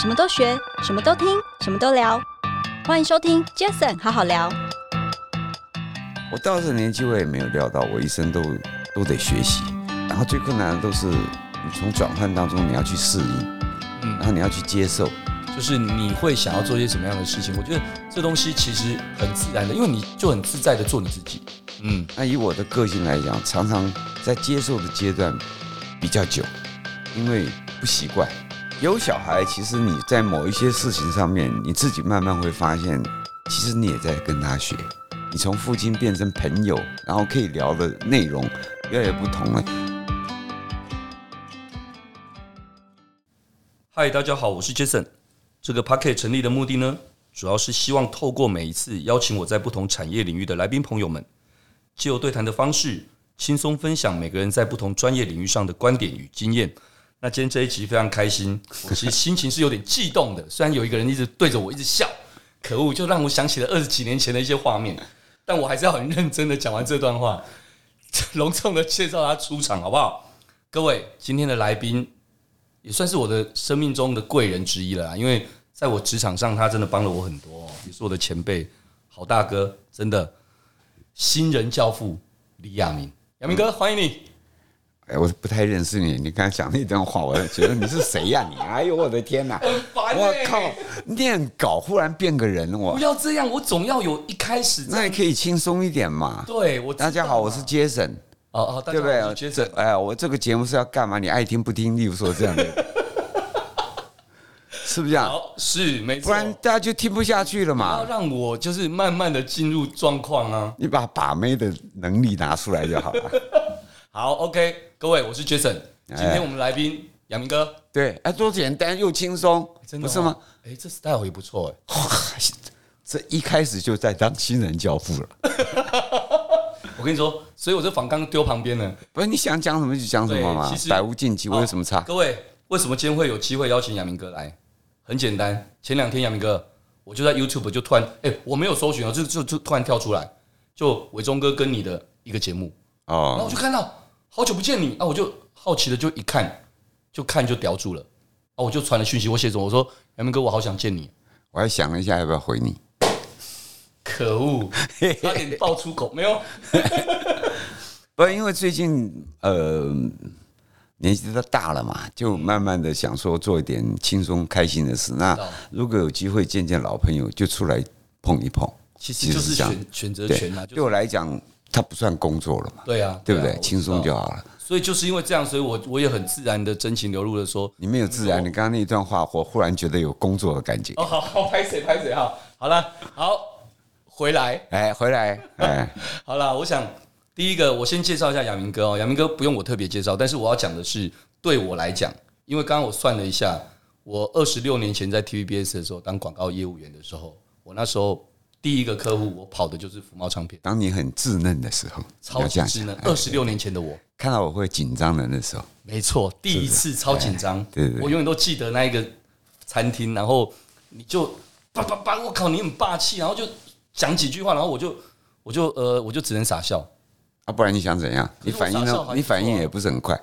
什么都学，什么都听，什么都聊。欢迎收听 Jason 好好聊。我到这个年纪，我也没有料到，我一生都都得学习，然后最困难的都是你从转换当中你要去适应，然嗯，后你要去接受。就是你会想要做一些什么样的事情？我觉得这东西其实很自然的，因为你就很自在的做你自己。嗯，那以我的个性来讲，常常在接受的阶段比较久，因为不习惯。有小孩，其实你在某一些事情上面，你自己慢慢会发现，其实你也在跟他学。你从父亲变成朋友，然后可以聊的内容越来越不同了。嗨，大家好，我是 Jason。这个 Pocket 成立的目的呢，主要是希望透过每一次邀请我在不同产业领域的来宾朋友们，借由对谈的方式，轻松分享每个人在不同专业领域上的观点与经验。那今天这一集非常开心，我其实心情是有点悸动的。虽然有一个人一直对着我一直笑，可恶，就让我想起了二十几年前的一些画面，但我还是要很认真的讲完这段话，隆重的介绍他出场，好不好？各位，今天的来宾也算是我的生命中的贵人之一了啦，因为在我职场上，他真的帮了我很多、哦，也是我的前辈，好大哥，真的新人教父李亚明，亚嗯明哥，欢迎你。哎，我不太认识你，你刚才讲那段话，我觉得你是谁呀、你？ 哎呦，我的天哪！烦我欸靠，念稿忽然变个人，我 不要这样，我总要有一开始这那也样。可以轻松一点嘛。对，我知道哎大家好，我是杰森，哦哦，大对家不好，我对？是 Jason 哎，我这个节目是要干嘛？你爱听不听，例如说这样的，是不是这样？好是没错，呃不然啊大家就听不下去了要嘛。让我就是慢慢的进入状况啊。你把把妹的能力拿出来就好了。 好，OK，各位，我是 Jason，今哎天我们来宾亚明哥，对，哎，多简单又轻松，真的不哦是吗？？哎，这 style 也不错哎。这一开始就在当新人教父了。我跟你说，所以我这仿刚丢旁边了。不是你想讲什么就讲什么嘛对其，实哦百无禁忌，我有什么差好？各位，为什么今天会有机会邀请亚明哥来？很简单，前两天亚明哥，我就在 YouTube 就突然，哎、我没有搜寻哦，就就就突然跳出来，就伟忠哥跟你的一个节目，然后哦我就看到好久不见你啊，我就好奇的就一看，就看就叼住了，啊，我就传了讯息，我写着我说亚明哥，我好想见你，我还想了一下要不要回你。可恶， 差点爆粗口，没有，不，因为最近呃年纪都大了嘛，就慢慢的想说做一点轻松开心的事。那知道如果有机会见见老朋友，就出来碰一碰。其实就是这样选选择对权啊，，对就我来讲，它不算工作了嘛，对啊，对不啊对？轻松。我知就道好了。所以就是因为这样，所以我我也很自然的真情流露的说，你没有自然，你刚刚那一段话，我忽然觉得有工作的感觉。哦，好好拍谁拍谁哈。好了，好，回来哎，回来，哎，好了。我想第一个，我先介绍一下亚明哥哦。亚明哥不用我特别介绍，但是我要讲的是，对我来讲，因为刚刚我算了一下，我二十六年前在 TVBS 的时候当广告业务员的时候，我那时候第一个客户我跑的就是福茂唱片，当你很稚嫩的时候，你超要这级样稚嫩想。二十六年前的我，看到我会紧张的那时候，没错，第一次超紧张，哎对对对我永远都记得那一个餐厅，然后你就叭叭叭，我靠，你很霸气，然后就讲几句话，然后我就我就呃我就只能傻笑，啊，不然你想怎样？你可是我反应傻笑还呢？不你反应错啊也不是很快，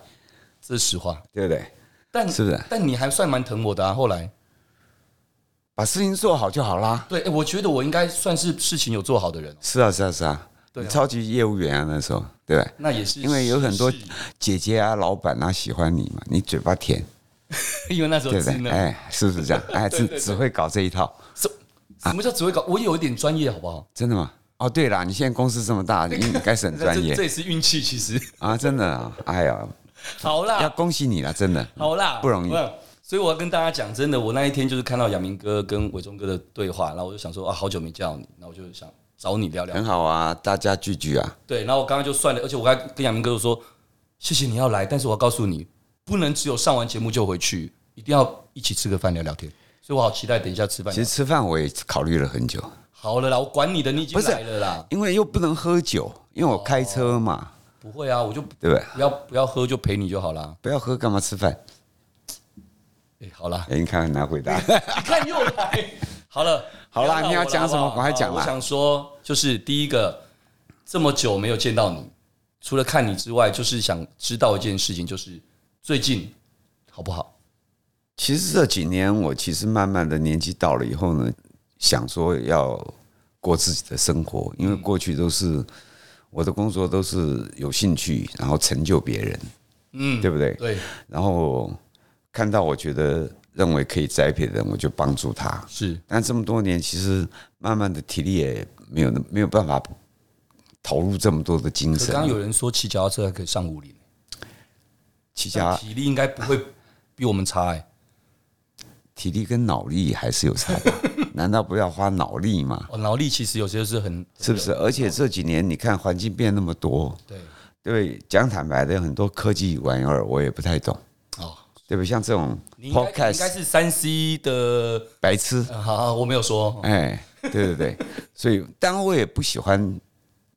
这是实话。对不对？但是不是但你还算蛮疼我的啊。后来，把事情做好就好啦。对，哎诶我觉得我应该算是事情有做好的人哦，是啊，是啊，是啊，对啊你超级业务员啊，那时候，对吧？那也是因为有很多是 姐姐啊、老板啊喜欢你嘛，你嘴巴甜，因为那时候对不稚对？嫩，哎，是不是这样？哎， 对对对只只会搞这一套，什哎什么叫只会搞？我有一点专业，好不好？真的吗？哦，对啦，你现在公司这么 大，你应该是很专这业这也是运气，其实 啊，真的啊，哎呀，好啦，要恭喜你啦，真的。好啦，不容易嗯所以我要跟大家讲，真的，我那一天就是看到亚明哥跟伟忠哥的对话，然后我就想说啊，好久没见到你，然后我就想找你聊聊。很好啊，大家聚聚啊，对，然后我刚刚就算了，而且我还跟亚明哥说，谢谢你要来，但是我要告诉你，不能只有上完节目就回去，一定要一起吃个饭聊聊天。所以我好期待等一下吃饭其。实吃饭我也考虑了很久，好了啦，我管你的，你已经不是啊来了啦，因为又不能喝酒，因为我开车嘛，不会啊，我就不对不对？要不要喝就陪你就好啦。不要喝干嘛吃饭？哎，好啦，哎，你看很难回答。 你看又来。好了，好啦不到你要我了讲什么好不好赶快讲啦我想说，就是第一个，这么久没有见到你，除了看你之外，就是想知道一件事情，就是最近好不好？其实这几年我其实慢慢的年纪到了以后呢，想说要过自己的生活，因为过去都是我的工作都是有兴趣，然后成就别人，嗯，对不对？对，然后看到我觉得认为可以栽培的人，我就帮助他。是但这么多年，其实慢慢的体力也没有那没有办法投入这么多的精可神。刚刚有人说骑脚踏车还可以上五里，其实但体力应该不会比我们差哎、体力跟脑力还是有差 的，难道不要花脑力吗？哦，脑力其实有些是很是不是？而且这几年你看环境变那么多，对对，讲坦白的，很多科技玩意儿我也不太懂，哦，对不对？像这种你应该你应该 podcast 是三 C 的，白痴，呃好、好我没有说，哎，对对 对，所以当然我也不喜欢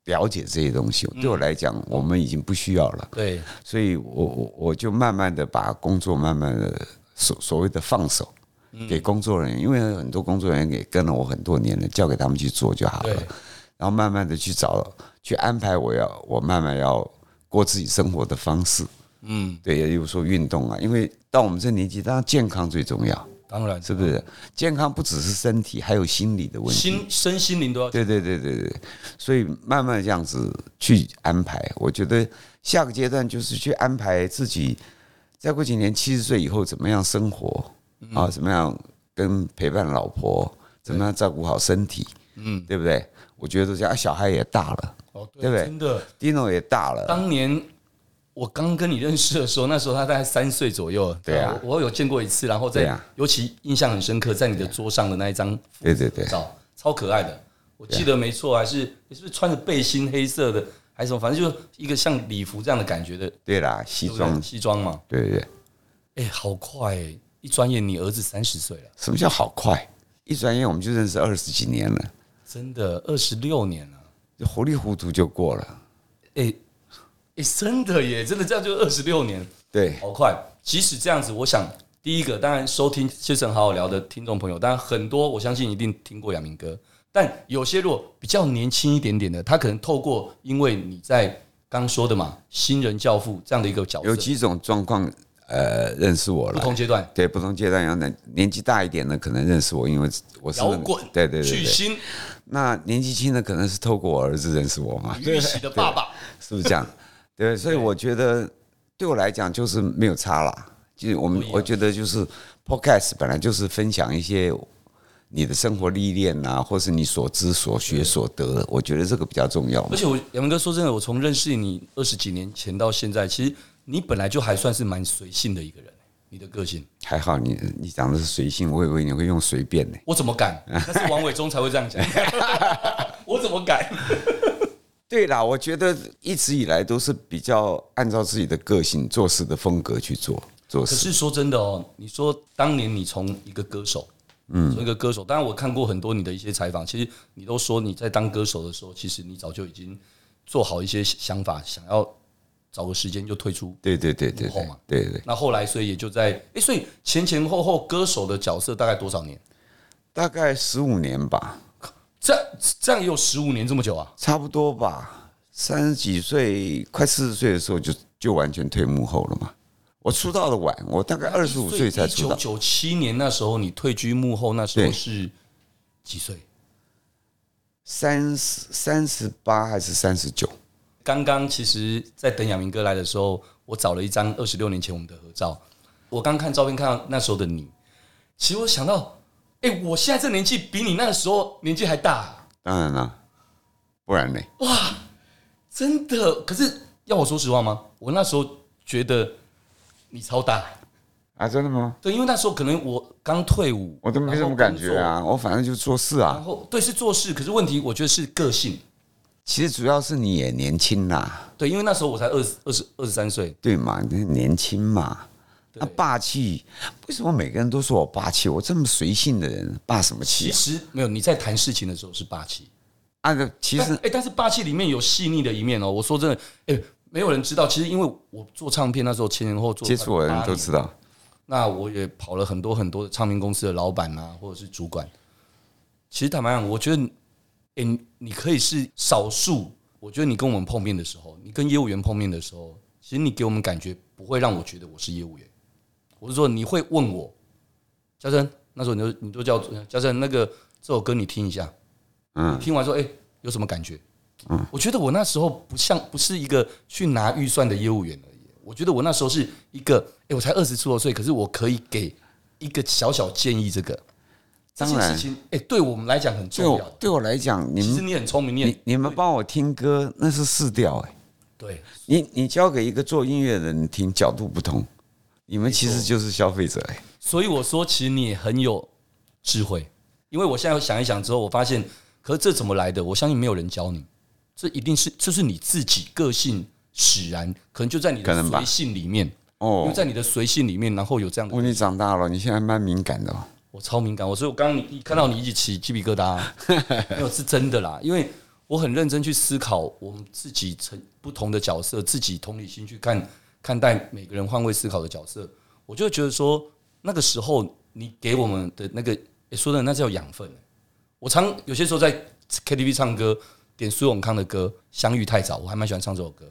了解这些东西，嗯对我来讲，我们已经不需要了。对，所以我我我就慢慢的把工作慢慢的所所谓的放手嗯给工作人员，因为很多工作人员也跟了我很多年了，交给他们去做就好了对。然后慢慢的去找去安排我要我慢慢要过自己生活的方式。嗯，对，也就是说运动啊，因为到我们这年纪，当然健康最重要，当然是不是？健康不只是身体，还有心理的问题。心身心灵都要对对对对对，所以慢慢这样子去安排，我觉得下个阶段就是去安排自己，再过几年七十岁以后怎么样生活啊，怎么样跟陪伴老婆，怎么样照顾好身体，嗯，对不对？我觉得这样，啊小孩也大了哦，对不对真的， ，Dino 也大了，当年我刚跟你认识的时候，那时候他大概三岁左右，哦对啊我我有见过一次，然后在、对啊尤其印象很深刻，在你的桌上的那一张对对对，照，超可爱的，我记得没错，还是你是不是穿着背心黑色的，还是什么，反正就是一个像礼服这样的感觉的对啦，西对不对装，西装嘛，对对对，哎、好快、欸！一转眼，你儿子三十岁了，什么叫好快？一转眼我们就认识二十几年了，真的二十六年了。就糊里糊涂就过了，哎、欸、真的耶，真的这样就二十六年，对，好快。即使这样子，我想第一个当然收听先生好好聊的听众朋友，当然很多我相信一定听过亚明哥，但有些如果比较年轻一点点的，他可能透过因为你在刚说的嘛，新人教父这样的一个角有色，几种状况，呃，认识我不了。同阶段对不同阶段，然后呢，年纪大一点的可能认识我，因为我是那摇个滚对对对巨对。星那年纪轻的可能是透过我儿子认识我嘛，李玉玺 的爸爸，是不是这样？对，所以我觉得对我来讲就是没有差啦。就是我们不一样我觉得就是 podcast 本来就是分享一些你的生活历练啊，或是你所知所学所得，我觉得这个比较重要嘛而。且我杨文哥说真的，我从认识你二十几年前到现在，其实你本来就还算是蛮随性的一个人，你的个性，还好你你讲的是随性，我以为你会用随便呢、我怎么 敢？那是王伟忠才会这样讲， 我怎么敢？对啦，我觉得一直以来都是比较按照自己的个性做事的风格去做做可事。是说真的哦，你说当年你从一个歌手，嗯，从一个歌手，当然我看过很多你的一些采访，其实你都说你在当歌手的时候，其实你早就已经做好一些想法，想要找个时间就退出。对对对对幕后对嘛对对，那后来，所以也就在哎、诶所以前前后后歌手的角色大概多少年？大概十五年吧，这这样也有十五年这么久啊？差不多吧。三十几岁，快四十岁的时候就就完全退幕后了嘛。我出道的晚，我大概二十五岁才一出九道，九七年那时候你退居幕后，那时候对是几岁？三十三十八还是三十九？刚刚其实，在等亚明哥来的时候，我找了一张二十六年前我们的合照。我刚看照片，看到那时候的你，其实我想到，哎、我现在这年纪比你那个时候年纪还大，当然啦，不然呢？真的。可是要我说实话吗？我那时候觉得你超大，啊，真的吗？对，因为那时候可能我刚退伍，我都没什么感觉然后工作。啊，我反正就做事然啊。后对是做事，可是问题我觉得是个性，其实主要是你也年轻啦。对，因为那时候我才二十二十二十三岁，对嘛，那年轻嘛，对那霸气，为什么每个人都说我霸气？我这么随性的人，霸什么气其啊？实没有你在谈事情的时候是霸气，啊，那其但实哎、但是霸气里面有细腻的一面哦。我说真的，哎、没有人知道。其实因为我做唱片那时候前前后后做接触我的人八都年知道，那我也跑了很多很多的唱片公司的老板啊，或者是主管。其实坦白讲，我觉得，哎、你你可以是少数。我觉得你跟我们碰面的时候，你跟业务员碰面的时候，其实你给我们感觉不会让我觉得我是业务员。我是说，你会问我嘉诚，那时候你就你就叫我嘉诚，那个这首歌你听一下，嗯，听完说，哎、有什么感觉？我觉得我那时候不像不是一个去拿预算的业务员而已，我觉得我那时候是一个，哎、我才二十出头岁，可是我可以给一个小小建议，这个这当件然事情，哎、对我们来讲很对重我要。对我来讲，你其实们你很聪明，你你也你们帮我听歌，那是试调哎。对，你你交给一个做音乐的人听，角度不同，你们其实就是消费者哎、所以我说，其实你也很有智慧，因为我现在想一想之后，我发现，可是这怎么来的？我相信没有人教你，这一定是这是你自己个性使然，可能就在你可的能吧随性里面，因为哦，在你的随性里面，然后有这样的我你长大了，你现在蛮敏感的、哦。我超敏感，我所以我刚刚你看到你一起起鸡皮疙瘩、啊 没有是真的啦，因为我很认真去思考我们自己成不同的角色，自己同理心去看看待每个人换位思考的角色，我就觉得说那个时候你给我们的那个、诶说真的那叫养分、我常有些时候在 KTV 唱歌，点苏永康的歌《相遇太早》，我还蛮喜欢唱这首歌，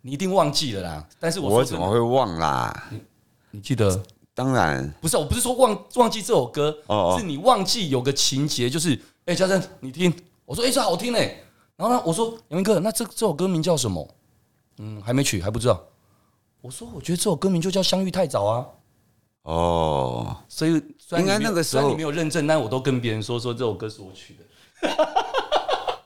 你一定忘记了啦，但是我我说怎真么的，会忘啦？你记得？当然，不是，我不是说忘忘记这首歌，哦哦是你忘记有个情节，就是哎，嘉、正，你听，我说哎、这好听哎、然后呢，我说杨明哥，那这这首歌名叫什么？嗯，还没取，还不知道。我说我觉得这首歌名就叫《相遇太早》啊，哦，所以虽然你应该没有那个时候虽然你没有认证，但我都跟别人说说这首歌是我取的。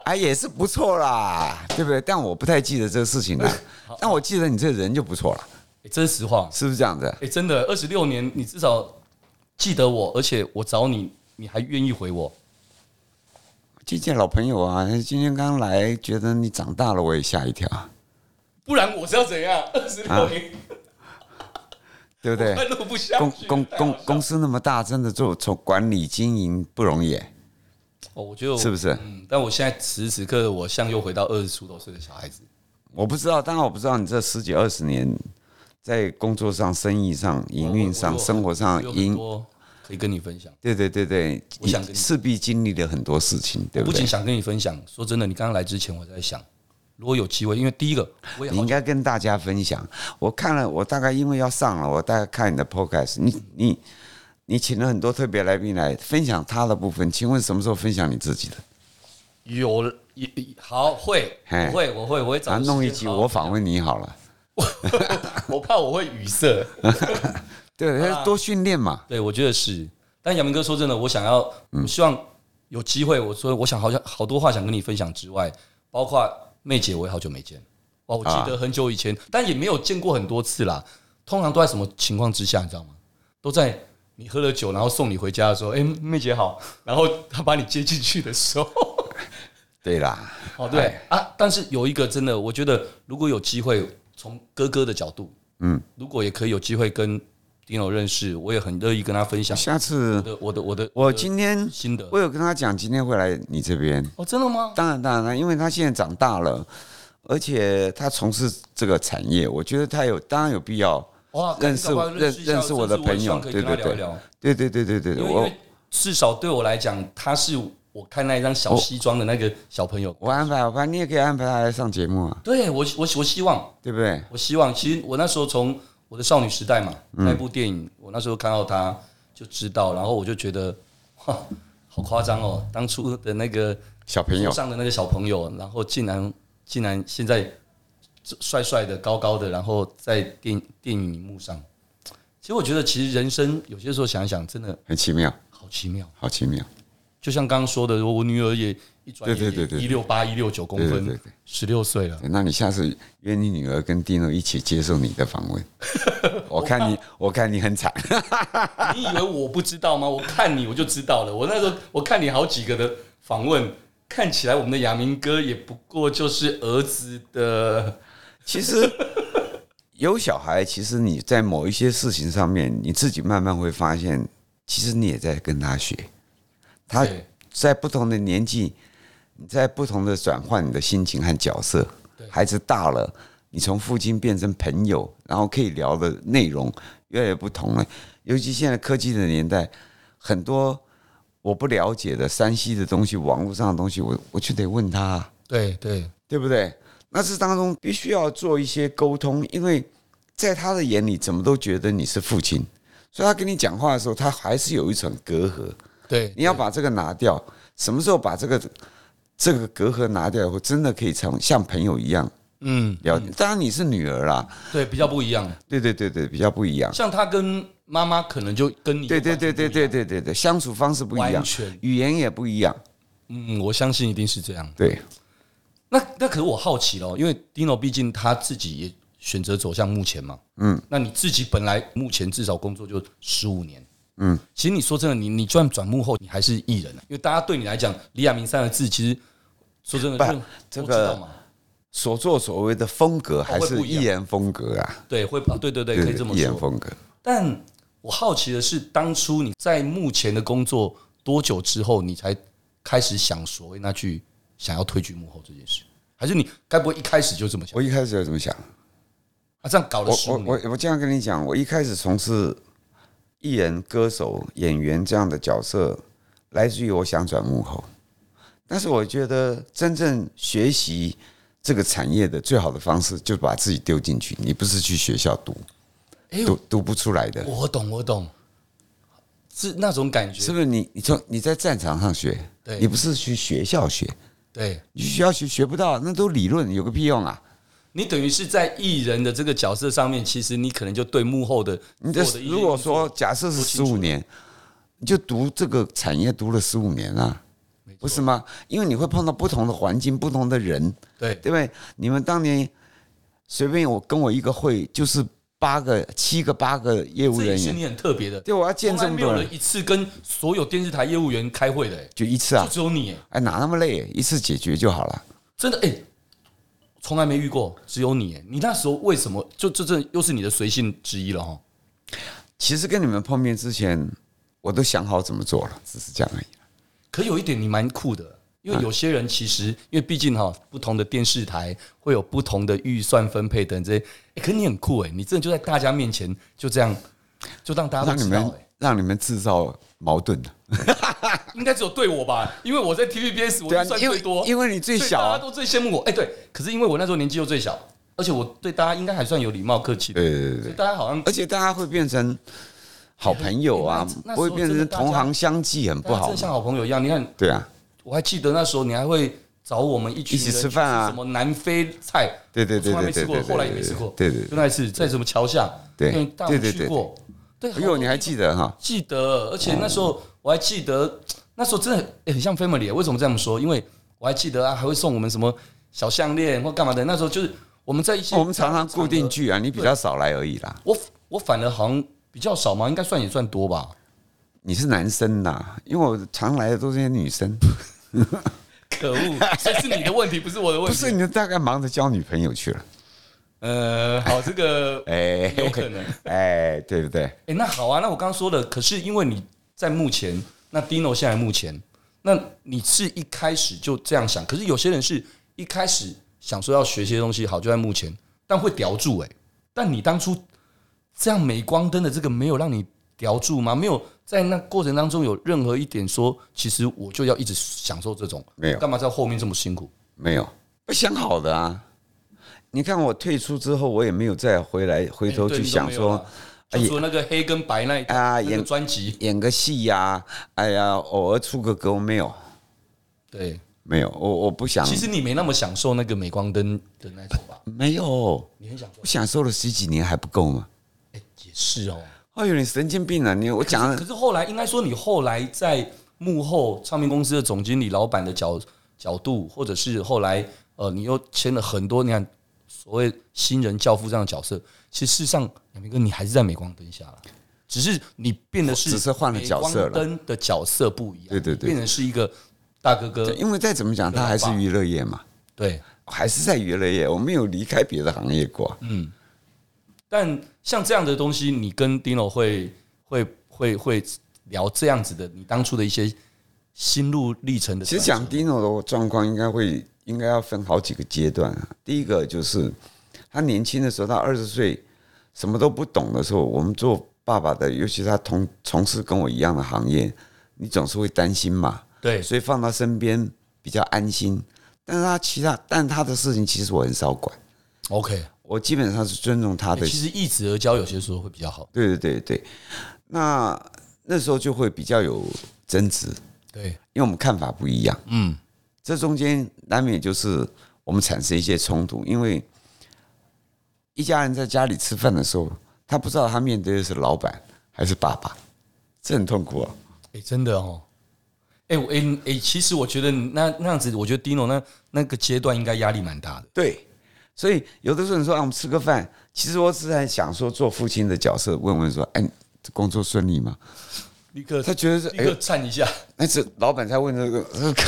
哎，也是不错啦，对不对？但我不太记得这个事情啦，但我记得你这人就不错啦，哎、真实话，是不是这样子？哎、真的，二十六年，你至少记得我，而且我找你，你还愿意回我。今天老朋友啊，今天刚来，觉得你长大了，我也吓一跳，不然我是要怎样？二十六年对啊不对？快录不下公去。啊公公公司那么大，真的做从管理经营不容易，哦，我觉得我是不是？嗯，但我现在此时此刻，我像又回到二十出头岁的小孩子。我不知道，当然我不知道你这十几二十年在工作上、生意上、营运我上、我有生活上我，有很营多可以跟你分享。对对对对，我想跟你你势必经历了很多事情，对不不仅对？想跟你分享，说真的，你刚刚来之前我在想，如果有机会，因为第一个我也你好应该跟大家分享。我看了，我大概因为要上了，我大概看你的 podcast，你嗯你你请了很多特别来宾来分享他的部分。请问什么时候分享你自己的？有也好会，嘿我会，我会，我会找咱时间啊弄一集，好我访问你好了。我怕我会语塞。对，要多训练嘛。对，我觉得是。但杨明哥说真的，我想要，我希望有机会，我说我想好像好多话想跟你分享之外，包括妹姐，我也好久没见。哇，我记得很久以前，但也没有见过很多次啦。通常都在什么情况之下，你知道吗？都在你喝了酒，然后送你回家的时候，哎、妹姐好，然后她把你接进去的时候， 对啦，哦，对啊，但是有一个真的，我觉得如果有机会，从哥哥的角度，嗯，如果也可以有机会跟 Dino 认识，我也很乐意跟他分享下次我的我的我的我的今天心得我有跟他讲，今天会来你这边。哦，真的吗？当然，当然了，因为他现在长大了，而且他从事这个产业，我觉得他有当然有必要。哇认识我认认识我的朋友对对对对对对，对对对对对，因为因我为至少对我来讲，他是我看那一张小西装的那个小朋友。我安排，我反正你也可以安排他来上节目啊，对我我我希望对不对？我希望，其实我那时候从我的少女时代嘛嗯那部电影，我那时候看到他就知道，然后我就觉得哇，好夸张哦！当初的那个小朋友桌，上的那个小朋友，然后竟然竟然现在帅帅的、高高的，然后在电电影荧幕上。其实我觉得，其实人生有些时候想一想，真的很奇妙，好奇妙。好奇妙，就像刚刚说的，我女儿也一转对对对眼对一六八、一六九公对对对分对，十六岁了。对那你下次约你女儿跟 Dino 一起接受你的访 问，我看你，我看你很惨，你以为我不知道吗？我看你我就知道了。我那时候我看你好几个的访问，看起来我们的亚明哥也不过就是儿子的其实有小孩，其实你在某一些事情上面，你自己慢慢会发现，其实你也在跟他学。他对在不同的年纪，你在不同的转换你的心情和角色。孩子大了，你从父亲变成朋友，然后可以聊的内容越来越不同了。尤其现在科技的年代，很多我不了解的山西的东西、网络上的东西，我我就得问他啊、对对对不对？那这当中必须要做一些沟通，因为在他的眼里，怎么都觉得你是父亲，所以他跟你讲话的时候，他还是有一层隔阂。对，你要把这个拿掉，什么时候把这个这个隔阂拿掉以后，真的可以像像朋友一样嗯，聊天。当然你是女儿啦，对，比较不一样。对对对对，比较不一样。像他跟妈妈可能就跟你对对对对对对对对，相处方式不一样完全，语言也不一样。嗯，我相信一定是这样。对，那那可是我好奇咯，因为 Dino 毕竟他自己也选择走向目前嘛，嗯，那你自己本来目前至少工作就十五年，嗯，其实你说真的，你你就算转幕后，你还是艺人、啊，因为大家对你来讲，李亚明三个字，其实说真的，不任何这都个知道嘛，所作所为的风格还会是不一样艺人风格啊，对，会啊，对对对，对可以这么艺人说。风格。但我好奇的是，当初你在目前的工作多久之后，你才开始想所谓那句想要退居幕后这件事？还是你该不会一开始就这么想？我一开始就这么想，啊，这样搞了我十五我年，我我这样跟你讲，我一开始从事艺人、歌手、演员这样的角色，来自于我想转幕后，但是我觉得真正学习这个产业的最好的方式，就是把自己丢进去，你不是去学校读，哎呦读读不出来的，我懂，我懂，是那种感觉，是不是你？你从你在战场上学，对你不是去学校学，对你去学校学学不到，那都理论，有个屁用啊！你等于是在艺人的这个角色上面，其实你可能就对幕后的你的做一些如果说假设是不十清楚五年，你就读这个产业读了十五年啊，不是吗？因为你会碰到不同的环境、不同的人，对对不对？你们当年随便我跟我一个会就是八个、七个、八个业务这也人是员，你很特别的，对，我要见从这来么没多有人人，一次跟所有电视台业务员开会的、哎就一次啊就，只有你、哎哎，哪那么累？一次解决就好了。真的哎，从、来没遇过，只有你、哎你那时候为什么就就这又是你的随性之一了哈？其实跟你们碰面之前，我都想好怎么做了，只是这样而已。可有一点你蛮酷的，因嗯为有些人其实，因为毕竟哈、不同的电视台会有不同的预算分配等这些，欸、可你很酷哎、你真的就在大家面前就这样，就让大家让都你知道们哎、让你们制造矛盾的，应该只有对我吧，因为我在 TVBS 我对啊预算，因最为多，因为你最所以小大啊家，都最羡慕我哎、对，可是因为我那时候年纪又最小，而且我对大家应该还算有礼貌客气的，对对对对所以。大家好像而且大家会变成好朋友啊欸那那时，候不会变成同行相忌，很不大家好真的像嘛。好朋友一样，你看对啊，我还记得那时候你还会找我们一群人一起吃饭啊去吃什么南非菜，对对对我从来对没对吃对，过，后来也没吃过，对对就那一次在什么桥下，对嗯带我们对对去过，对，哎呦，你还记得哈？记得？而且那时候我还记得，那时候真的很欸很像 family。为什么这么说？因为我还记得啊，还会送我们什么小项链或干嘛的。那时候就是我们在一些哦我们常常固定合，聚啊，你比较少来而已啦。我我反而好像比较少嘛，应该算也算 多吧。你是男生呐，因为我常来的都是些女生，可恶，这是你的问题，不是我的问不题。是，你大概忙着交女朋友去了。呃，好，这个哎，有可能。 哎，对不对？哎、那好啊，那我刚刚说的，可是因为你在幕前，那 Dino 现在幕前，那你是一开始就这样想，可是有些人是一开始想说要学些东西，好就在幕前，但会叼住哎、但你当初这样镁光灯的这个没有让你叼住吗？没有在那过程当中有任何一点说，其实我就要一直享受这种，没有干嘛在后面这么辛苦？没有，不想好的啊。你看我退出之后，我也没有再回来回头哎对去你都想没有说哎了，就除了那个黑跟白那一啊啊，那演个专辑，演个戏呀、哎呀，偶尔出个歌没有，对，没有，我我不想，其实你没那么享受那个镁光灯的那种吧？没有，我你很享受。享受了十几年还不够吗？也是哦。哎呦，你神经病啊！你我讲可是后来，应该说你后来在幕后唱片公司的总经理、老板的角角度，或者是后来呃，你又签了很多你看所谓新人教父这样的角色，其实事实上，杨明哥你还是在镁光灯下了，只是你变得是只是换了角色了镁光灯的角色不一样，对对对变成是一个大哥哥对，因为再怎么讲，对啊他还是老爸娱乐业嘛，对。还是在娱乐业，我没有离开别的行业过。嗯但像这样的东西，你跟 Dino 会会会会聊这样子的，你当初的一些心路历程的转折。其实讲 Dino 的状况，应该会应该要分好几个阶段啊。第一个就是他年轻的时候，他二十岁什么都不懂的时候，我们做爸爸的，尤其他同从事跟我一样的行业，你总是会担心嘛。对，所以放到身边比较安心。但是他其他，但他的事情其实我很少管， OK，啊我基本上是尊重他欸的。其实一子而交有些时候会比较好。对对对对，那那时候就会比较有争执，对，因为我们看法不一样，嗯，这中间难免就是我们产生一些冲突，因为一家人在家里吃饭的时候，他不知道他面对的是老板还是爸爸，这很痛苦啊。哎、真的哦，哎、我哎哎、其实我觉得你那那样子，我觉得 Dino 那那个阶段应该压力蛮大的。对，所以有的时候你说啊，我们吃个饭，其实我只是很想说做父亲的角色，问问说，哎，这工作顺利吗？立刻他觉得是立哎呦 刻，颤一下，那是老板在问这个，这个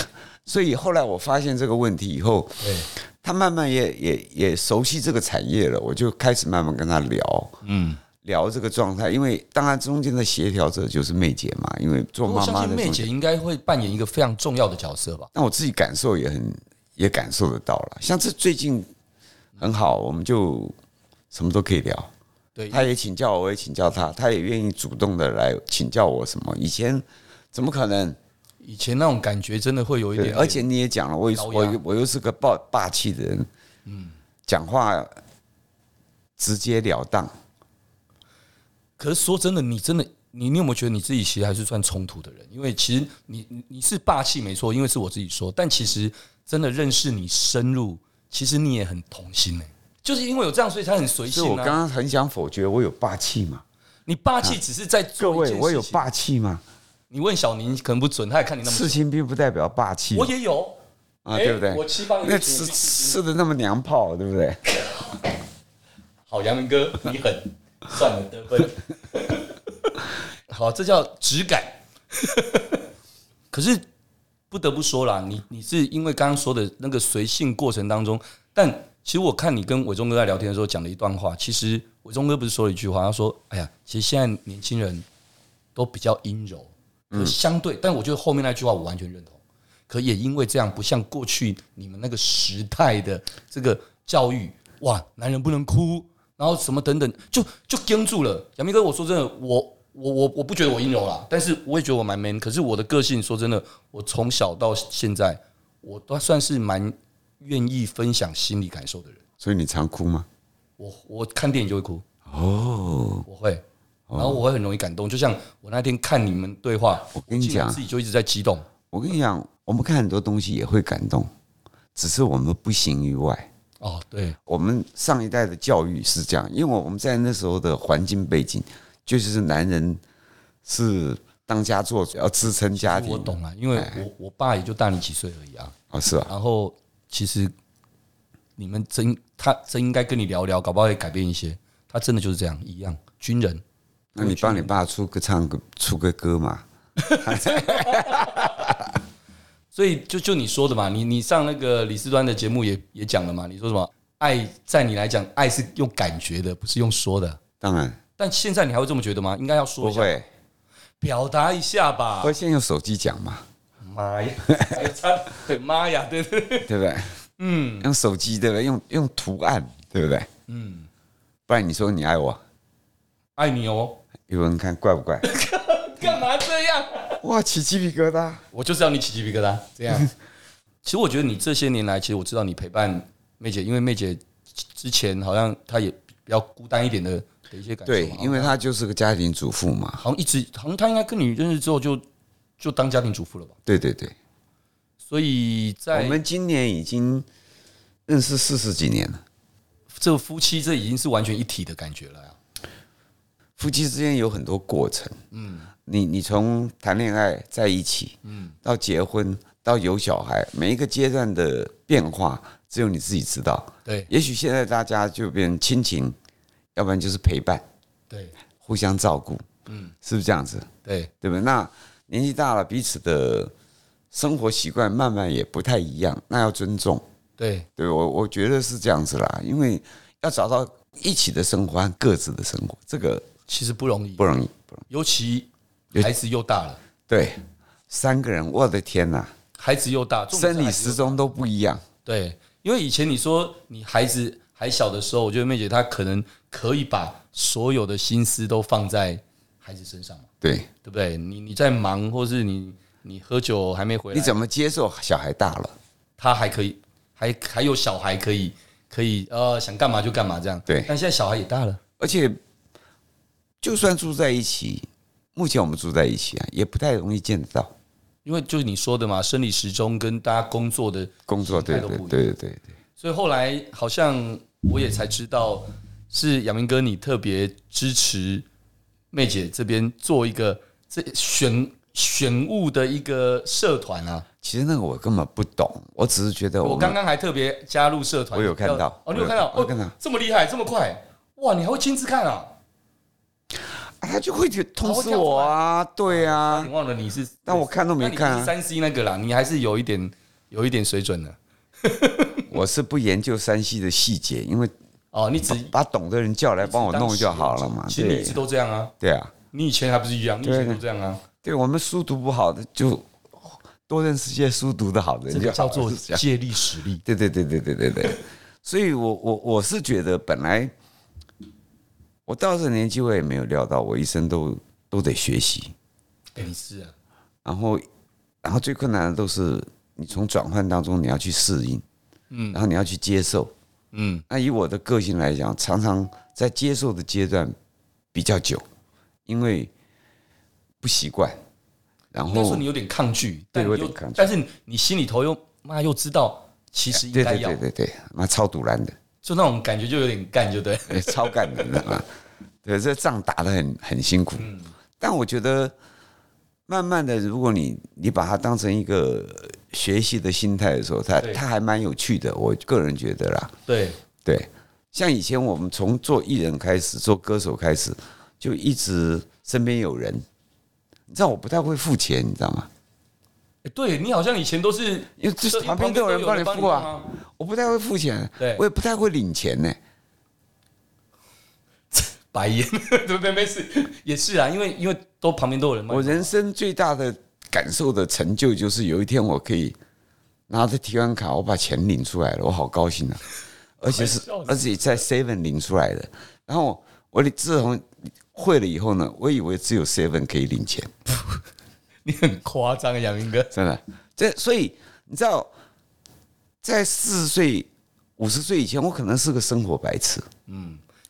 所以后来我发现这个问题以后，对，他慢慢也也也熟悉这个产业了，我就开始慢慢跟他聊。嗯，聊这个状态，因为当然中间的协调者就是妹姐嘛，因为做我妈哦相妈信的妹中姐间，应该会扮演一个非常重要的角色吧。那我自己感受也很也感受得到了。像这最近很好，我们就什么都可以聊，对，他也请教我，我也请教他，他也愿意主动的来请教我什么。以前怎么可能？以前那种感觉真的会有一对，点，而且你也讲了，我高压我我又是个霸霸气的人，嗯，讲话直截了当，可是说真的，你真的，你你有没有觉得你自己其实还是算冲突的人？因为其实你你你是霸气没错，因为是我自己说，但其实真的认识你深入，其实你也很童心哎、就是因为有这样，所以才很随所以我性刚啊。刚很想否决，我有霸气吗？你霸气只是在各做一位，件我有事情。霸气吗？你问小宁可能不准，他也看你那么刺准。青并不代表霸气我也有啊，哎对不我对？七磅那一吃次。吃的那么娘炮，对不对？好，杨明哥，你狠，算了，得分。 好，这叫质感。 可是不得不说啦，你你是因为刚刚说的那个随性过程当中，但其实我看你跟伟忠哥在聊天的时候讲了一段话，其实伟忠哥不是说了一句话，他说：“哎呀，其实现在年轻人都比较阴柔，可相对，但我觉得后面那句话我完全认同。可也因为这样，不像过去你们那个时代的这个教育，哇，男人不能哭，然后什么等等，就就盯住了。杨明哥，我说真的，我我我我不觉得我阴柔啦，但是我也觉得我蛮 man。可是我的个性，说真的，我从小到现在，我都算是蛮愿意分享心理感受的人。所以你常哭吗？我我看电影就会哭，哦，我会，然后我会很容易感动。就像我那天看你们对话，我跟你竟然讲自己就一直在激动。我跟你讲，我们看很多东西也会感动，只是我们不行于外。哦，对，我们上一代的教育是这样，因为我们在那时候的环境背景，就是男人是当家做主，要支撑家庭。我懂了，因为哎我我爸也就大你几岁而已啊。啊，是吧？然后其实你们真他真应该跟你聊聊，搞不好也改变一些。他真的就是这样一样，军人那你帮你爸出个唱个出个歌嘛？所以就就你说的嘛，你你上那个李四端的节目也也讲了嘛，你说什么爱在你来讲，爱是用感觉的，不是用说的。当然但现在你还会这么觉得吗？应该要说不一下，会，表达一下吧我。现在用手机讲嘛，妈呀，还有差对妈呀，对对对，对不对？嗯， 用手机对不对？用用图案对不对？嗯，不然你说你爱我，爱你哦，宇文看怪不怪？ 干嘛这样？哇，起鸡皮疙瘩。我就是要你起鸡皮 疙瘩这样。其实我觉得你这些年来，其实我知道你陪伴妹姐，因为妹姐之前好像她也比较孤单一点的的一些感受嘛，对，因为她就是个家庭主妇嘛。好像一直好像她应该跟你认识之后就就当家庭主妇了吧？对对对，所以在我们今年已经认识四十几年了。这个夫妻这已经是完全一体的感觉了呀、啊夫妻之间有很多过程，嗯，你你从谈恋爱在一起，嗯，到结婚到有小孩，每一个阶段的变化，只有你自己知道。对也许现在大家就变亲情，要不然就是陪伴，对互相照顾，嗯，是不是这样子？对，对不对？那年纪大了，彼此的生活习惯慢慢也不太一样，那要尊重。对，对我，我觉得是这样子啦，因为要找到一起的生活和各自的生活，这个其实不容易不，容易，不容易。尤其孩子又大了，对，三个人，我的天哪，孩子又大，重点生是理孩子又时钟都不一样。对，因为以前你说你孩子还小的时候，我觉得妹姐她可能可以把所有的心思都放在孩子身上嘛，对，对不对？你你在忙，或是你你喝酒还没回来，你怎么接受小孩大了？他还可以，还还有小孩可以可以呃想干嘛就干嘛这样。对但现在小孩也大了，而且，就算住在一起，目前我们住在一起啊，也不太容易见得到因为就是你说的嘛，生理时钟跟大家工作的，工作，对态度对不一对样对对对，所以后来好像我也才知道，是杨明哥你特别支持妹姐这边做一个这选选物的一个社团啊。其实那个我根本不懂，我只是觉得我我刚们刚还特别加入社哦团，我有看到哦，你有看到，我有看到哦这么厉害，这么快，哇，你还会亲自看啊？啊他就会去通知我啊，对啊你，忘了你是，但我看都没看啊，三 C 那个啦，你还是有一点有一点水准的我是不研究山西的细节，因为哦，你只把懂的人叫来帮我弄就好了 嘛，其实你一对直都这样啊，对啊，你以前还不是一样，你以前对都这样啊，对我们书读不好的就多认识些书读的好的人这就个好叫了做是这样借力使力。对对对对对对对。所以我我我是觉得，本来我到这个年纪，我也没有料到，我一生都都得学习，哎，你是啊，然后然后最困难的都是你从转换当中你要去适应，嗯，然后你要去接受。嗯，那以我的个性来讲，常常在接受的阶段比较久，因为不习惯，然应该说后你有点抗拒，但哦对你我又有点抗拒但是你心里头又妈又知道，其实应对该对要对，对对，妈超堵拦的。就那种感觉就有点干，就对。哎超感人的啊！对，这仗打得很很辛苦，但我觉得慢慢的，如果你你把它当成一个学习的心态的时候，它对它还蛮有趣的。我个人觉得啦， 对，对，像以前我们从做艺人开始，做歌手开始，就一直身边有人。你知道我不太会付钱，你知道吗？哎对你好像以前都是因为就是因为旁边都有人帮你帮付弄啊，我不太会付钱对，我也不太会领钱呢、白眼， 对没没事，也是啊，因为因为都旁边都有人嘛。我人生最大的感受的成就，就是有一天我可以拿着提款卡，我把钱领出来了，我好高兴啊！而且是笑死而且在 Seven 领出来的。然后我自从会了以后呢，我以为只有 Seven 可以领钱，你很夸张啊，杨明哥。真的。这所以你知道，在四十岁、五十岁以前，我可能是个生活白痴。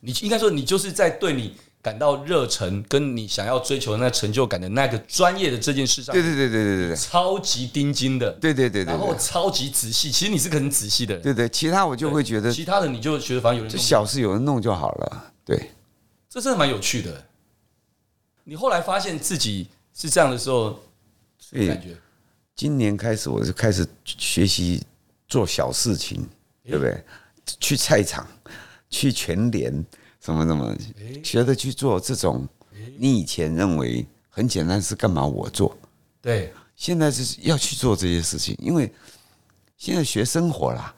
你应该说你就是在对你感到热忱，跟你想要追求的那成就感的那个专业的这件事上对，对对对对对超级盯紧的，对对对对然后对超级仔细。其实你是个很仔细的人，对对，其他我就会觉得其他的你就觉得反正有人这弄，小事有人弄就好了。对。这真的蛮有趣的。你后来发现自己是这样的时候，什么感觉今年开始我就开始学习做小事情，对不对？去菜场，去全联，什么什么，学着去做这种你以前认为很简单是干嘛我做，对，现在就是要去做这些事情，因为现在学生活啦，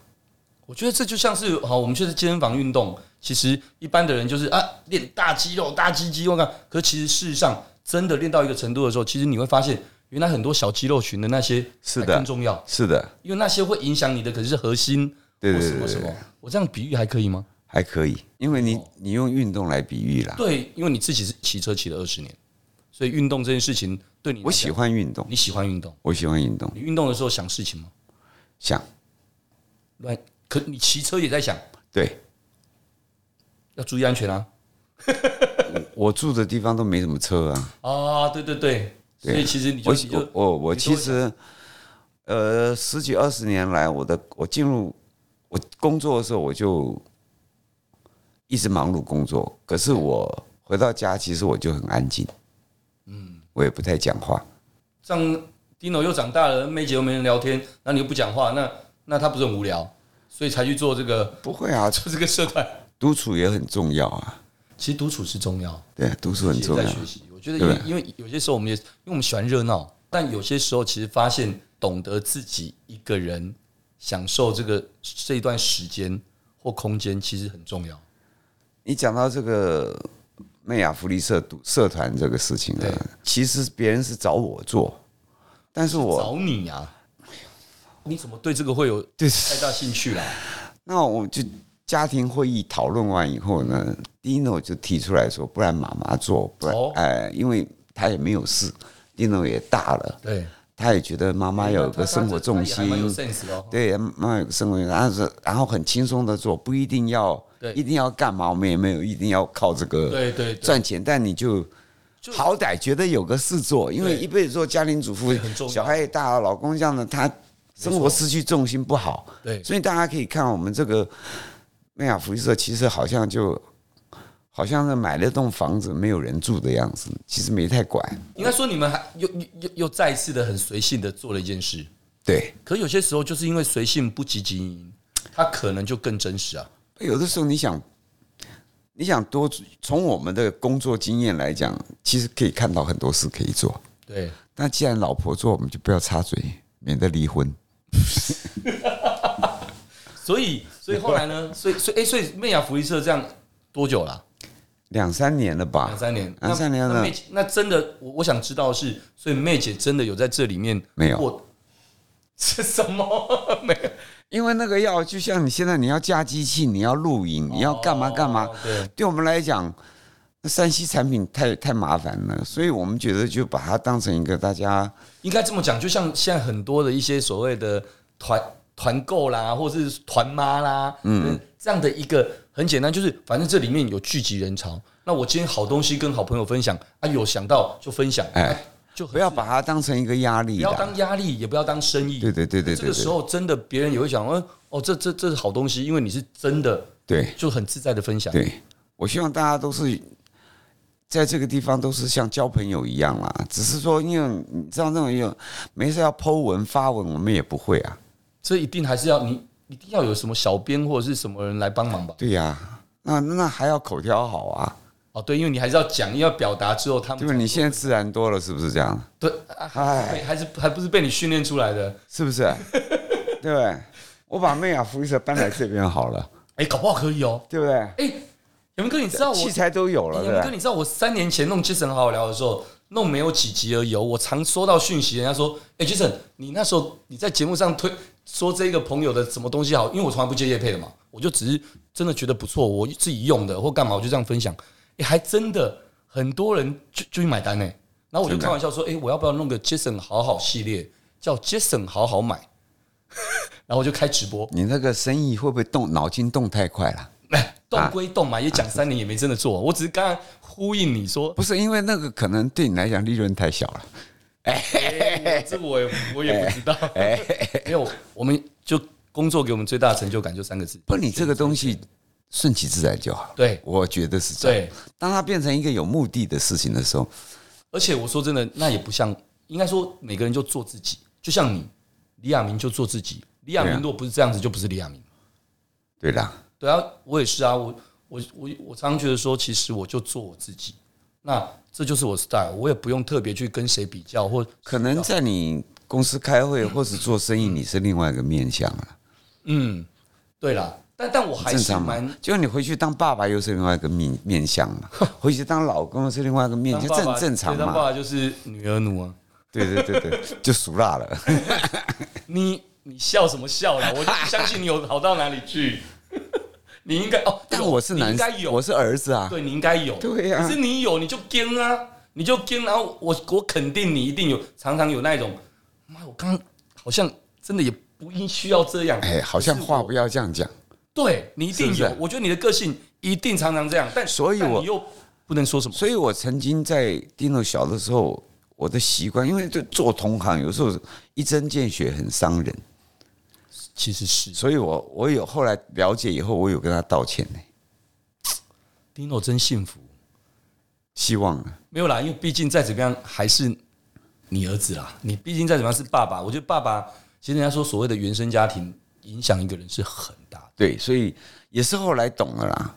我觉得这就像是好，我们去健身房运动，其实一般的人就是啊练大肌肉、大肌肌肉干，可其实事实上真的练到一个程度的时候，其实你会发现，原来很多小肌肉群的那些是的还更重要，是的，因为那些会影响你的可是核心对或对哦什对么什对么对，。我这样比喻还可以吗？还可以，因为你你用运动来比喻啦，对，因为你自己是骑车骑了二十年，所以运动这件事情对你来讲我喜，欢运动，你喜欢运动，我喜欢运动，你运动的时候想事情吗？想乱，可你骑车也在想，对要注意安全啊！我住的地方都没什么车啊。啊，对对对，所以其实你就我你就我我我你其就会实，呃，十几二十年来，我的我进入我工作的时候，我就一直忙碌工作。可是我回到家，其实我就很安静，嗯，我也不太讲话。像 Dino 又长大了，梅姐又没人聊天，那你又不讲话，那那他不是很无聊？所以才去做这个 不会啊，做这个社团。独处也很重要啊，其实独处是重要，对，啊独处很重也要在。学习。我觉得因为对因为有些时候我们也因为我们喜欢热闹，但有些时候其实发现懂得自己一个人享受这个这一段时间或空间，其实很重要。你讲到这个媚雅福利社独社团这个事情对啊，其实别人是找我做，但是我找你啊，你怎么对这个会有太大兴趣啦？啊那我就家庭会议讨论完以后呢，Dino 就提出来说，不然妈妈做，不然哦哎、因为他也没有事，Dino 也大了，对，他也觉得妈妈有个生活重哎他他他也还蛮有心， sense 的哦。对，妈妈有个生活重心，然后是然后很轻松的做，不一定要对一定要干嘛，我们也没有一定要靠这个对对对，赚钱，但你就好歹觉得有个事做，因为对一辈子做家庭主妇很重，要小孩也大了，老公这样的，他生活失去重心不好。对所以大家可以看我们这个麦雅福利社，其实好像就好像是买了栋房子没有人住的样子，其实没太管。应该说你们还又又又又再一次的很随性的做了一件事，对，可有些时候就是因为随性不积极营，它可能就更真实啊。有的时候你想，你想多从我们的工作经验来讲，其实可以看到很多事可以做。对，那既然老婆做，我们就不要插嘴，免得离婚。所以所以后来呢，所以所以哎、所以媚雅福利社这样多久了啊、两三年了吧？两三年，两三年那那了妹。姐那真的，我我想知道的是，所以妹姐真的有在这里面没有过？ 是什么？没有，因为那个要就像你现在你要架机器，你要录影，你要干嘛干嘛哦？对，对我们来讲，那山西产品太太麻烦了，所以我们觉得就把它当成一个大家应该这么讲，就像现在很多的一些所谓的团团购啦，或者是团妈啦，嗯，这样的一个很简单，就是反正这里面有聚集人潮。那我今天好东西跟好朋友分享啊，有想到就分享，哎哎，就很不要把它当成一个压力不要啦。当压力，也不要当生意。对对对对这对个时对候真的别人也会想，嗯，哦，这这这是好东西，因为你是真的对就很自在的分享。对，我希望大家都是在这个地方都是像交朋友一样啦，只是说因为你知道那种有没事要 Po 文发文，我们也不会啊。这一定还是要你一定要有什么小编或者是什么人来帮忙吧？对呀、那那还要口条好啊，哦，对，因为你还是要讲，要表达之后，他对吧？们你现在自然多了，是不是这样？对，啊哎，还是还不是被你训练出来的？是不是？ 对不对？我把啊媚雅福利社搬来这边好了， 哎，搞不好可以哦。对不对？哎，杨明哥，你知道我器材都有了，杨对明不哥，对？你知道我三年前弄 Jason 好好聊的时候，弄没有几集而已哦。我常收到讯息，人家说，哎，Jason，你那时候你在节目上推说这个朋友的什么东西好，因为我从来不接叶配的嘛，我就只是真的觉得不错，我自己用的或干嘛，我就这样分享。哎，还真的很多人就就去买单呢。然后我就真的开玩笑说，哎，我要不要弄个 Jason 好好系列，叫 Jason 好好买？ 然后我就开直播，你那个生意会不会动脑筋动太快了？啊动归动嘛，也讲三年也没真的做，我只是刚刚呼应你说， 不是，因为那个可能对你来讲利润太小了。哎这我也我也不知道，哎没有，我们就工作给我们最大的成就感就三个字，不，你这个东西顺其自然就好了。对我觉得是这样。对，当它变成一个有目的的事情的时候，而且我说真的，那也不像，应该说每个人就做自己，就像你，李亚明就做自己，李亚明对啊如果不是这样子，就不是李亚明。对啦，对啊，我也是啊，我我我我常常觉得说，其实我就做我自己，那这就是我 style，我也不用特别去跟谁比较或可能在你公司开会或是做生意，你是另外一个面向了，嗯，对啦，但但我还正是常嘛蛮。就你回去当爸爸又是另外一个面面向 嘛，回去当老公又是另外一个面当向，爸这爸很正常对当爸嘛。爸就是女儿奴啊。对对对对，就俗辣了。 你你笑什么笑啦？我 就不相信你有好到哪里去。你应该哦，但我是你男应该，有，我是儿子啊。对你应该有，对啊呀可是你有你就跟啊，你就跟，然后我我肯定你一定有，常常有那一种，妈，我刚刚好像真的也不应需要这样，哎，好像话不要这样讲。对你一定有，是不是我觉得你的个性一定常常这样，但所以但我你又不能说什么，所以我曾经在 Dino 小的时候，我的习惯，因为就做同行，有时候一针见血很伤人，其实是所以我我有后来了解以后，我有跟他道歉呢。 Dino 真幸福，希望啊没有啦，因为毕竟再怎么样还是你儿子啦，你毕竟再怎么样是爸爸。我觉得爸爸，其实人家说所谓的原生家庭影响一个人是很大的。对，所以也是后来懂了啦。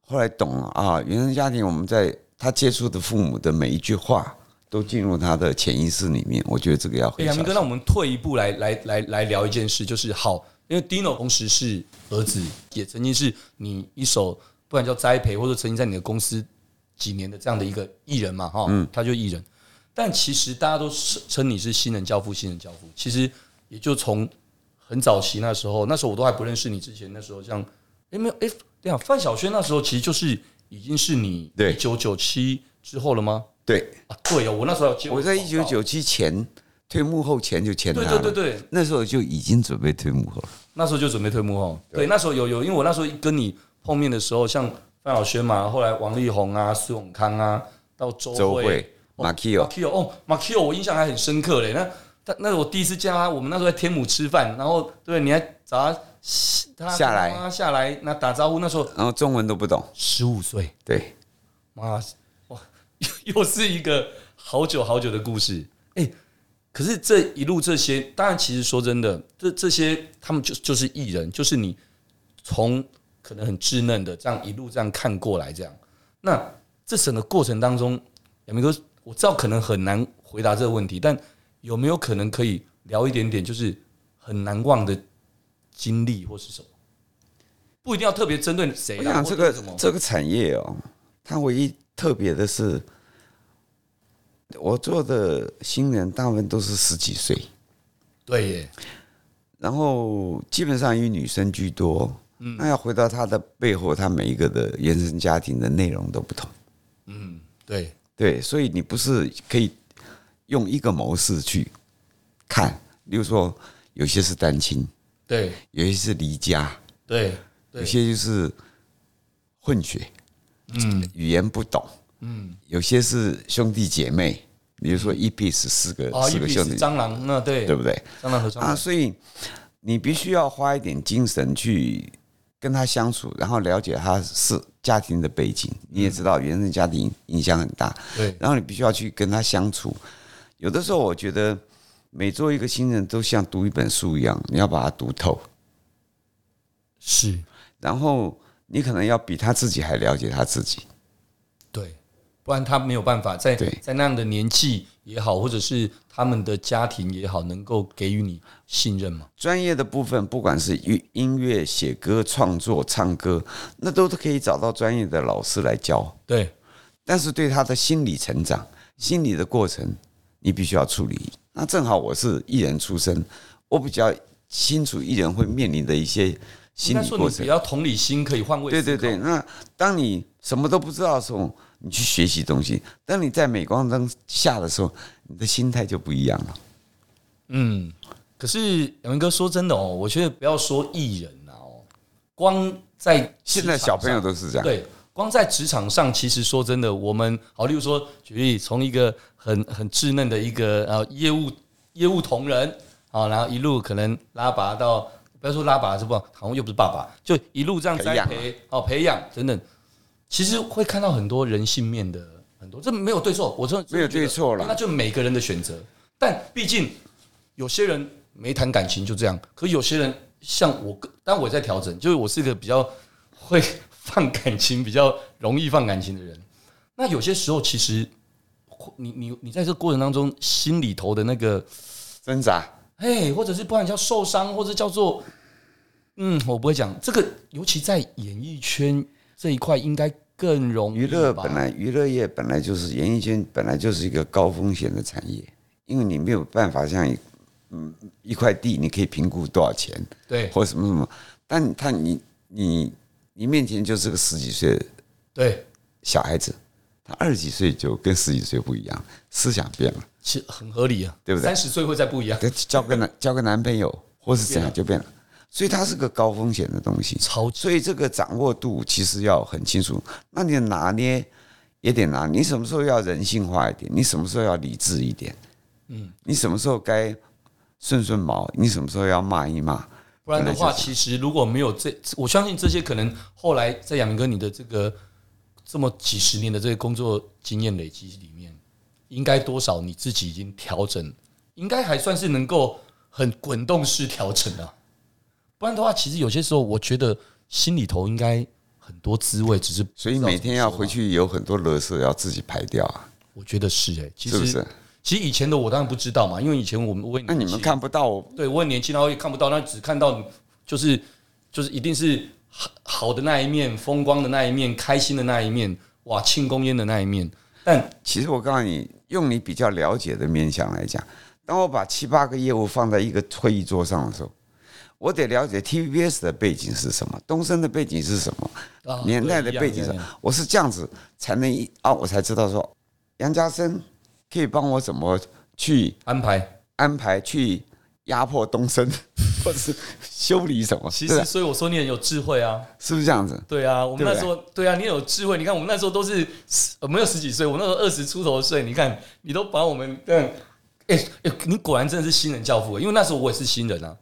后来懂了啊，原生家庭我们在他接触的父母的每一句话，都进入他的潜意识里面。我觉得这个要哎，很小杨明哥，心。那我们退一步来来来来聊一件事，就是好，因为 Dino 同时是儿子，也曾经是你一手，不然叫栽培，或者曾经在你的公司几年的这样的一个艺人嘛，哈，他就艺人。但其实大家都称称你是新人教父，新人教父，其实也就从很早期那时候，那时候我都还不认识你之前，那时候像，哎、没有，哎、对啊，范晓萱那时候其实就是已经是你对一九九七之后了吗？对，啊，对哦，我那时候有接我在一九广告，九七前退幕后前就签他对了，对对对，那时候就已经准备退幕后了。那时候就准备退幕后。对，那时候有有，因为我那时候跟你碰面的时候，像范晓萱嘛，后来王力宏啊、苏永康啊，到周周慧、慧、马 k i o Markio 哦，Markio 我印象还很深刻嘞。那他那我第一次见他，我们那时候在天母吃饭，然后对，你还找他他下来他下来那打招呼，那时候然后中文都不懂，十五岁，对，妈哇， 又又是一个好久好久的故事。哎、可是这一路这些，当然其实说真的，这这些他们就就是艺人，就是你从可能很稚嫩的这样一路这样看过来，这样。那这整个过程当中，亚明哥，我知道可能很难回答这个问题，但有没有可能可以聊一点点，就是很难忘的经历或是什么？不一定要特别针哎对谁我啦。想或这者个什么这个产业哦，它唯一特别的是，我做的新人大部分都是十几岁，对耶，然后基本上以女生居多。嗯那要回到她的背后，她每一个的原生家庭的内容都不同，嗯对，对，所以你不是可以用一个模式去看，例如说有些是单亲，对有些是离家，对有些就是混血，嗯，语言不懂，嗯，有些是兄弟姐妹，比如说一比是四个、啊，四一比个兄是弟，蟑螂，那对对不对？蟑螂和蟑啊，螂，所以你必须要花一点精神去跟他相处，然后了解他是家庭的背景。你也知道，原生家庭影响很大，对然后你必须要去跟他相处。有的时候，我觉得每做一个新人都像读一本书一样，你要把它读透，是，然后你可能要比他自己还了解他自己。对，不然他没有办法在对在那样的年纪也好，或者是他们的家庭也好，能够给予你信任嘛？专业的部分，不管是音音乐、写歌、创作、唱歌，那都是可以找到专业的老师来教。对，但是对他的心理成长、心理的过程，你必须要处理。那正好我是艺人出身，我比较清楚艺人会面临的一些应心该理说过你比程。较同理心可以换位，对对对，，那当你什么都不知道的时候，你去学习东西；当你在镁光灯下的时候，你的心态就不一样了。嗯。可是杨文哥说真的哦，我觉得不要说艺人啊哦，光在职现在小场朋友上都是这样，对，光在职场上，其实说真的，我们好，例如说，举例从一个很很稚嫩的一个呃业务业务同仁，好，然后一路可能拉拔到，不要说拉拔是不好，好像又不是爸爸，就一路这样栽培啊培，哦，培养等等，其实会看到很多人性面的很多，这没有对错，我真的没有对错啦那就每个人的选择，但毕竟有些人没谈感情就这样，可有些人像我个，但我也在调整，就是我是一个比较会放感情、比较容易放感情的人。那有些时候，其实你你你在这过程当中，心里头的那个，挣扎。哎，或者是不然叫受伤，或者叫做，嗯，我不会讲这个，尤其在演艺圈这一块，应该更容易娱乐吧本来娱乐业本来就是演艺圈本来就是一个高风险的产业，因为你没有办法像一嗯一块地，你可以评估多少钱对或什么什么，但你看你你你面前就是个十几岁的对，小孩子，他二十几岁就跟十几岁不一样，思想变了，其实很合理啊，对不对三十岁会再不一样，他交个男交个男朋友或是怎样就变了，所以它是个高风险的东西。超级所以这个掌握度其实要很清楚，那你的拿捏也得拿，你什么时候要人性化一点，你什么时候要理智一点，嗯，你什么时候该顺顺毛，你什么时候要骂一骂，不然的本来话，就其实如果没有这，我相信这些可能后来在亚明哥你的这个这么几十年的这个工作经验累积里面，应该多少你自己已经调整，应该还算是能够很滚动式调整啊。不然的话，其实有些时候我觉得心里头应该很多滋味，只是所以每天要回，去有很多乐事要自己排掉啊，我觉得是哎、其是不实是？其实以前的我当然不知道嘛，因为以前我们我也那你年们轻看不到我，对我很年轻，然后也看不到，那只看到你就是就是一定是好好的那一面，风光的那一面，开心的那一面，哇，庆功宴的那一面。但其实我告诉你，用你比较了解的面向来讲，当我把七八个业务放在一个会议桌上的时候，我得了解 TVBS 的背景是什么，东升的背景是什么。啊年代的对一样背景一上样，我是这样子才能一啊，我才知道说杨家生可以帮我怎么去安排安排去压迫东升，或是修理什么，其对实，吧所以我说你很有智慧啊，是不是这样子？对啊，我们对不那时候对啊，你很有智慧。你看我们那时候都是十呃没有十几岁，我那时候二十出头岁，你看你都把我们嗯，哎、哎你果然真的是新人教父，欸因为那时候我也是新人啊。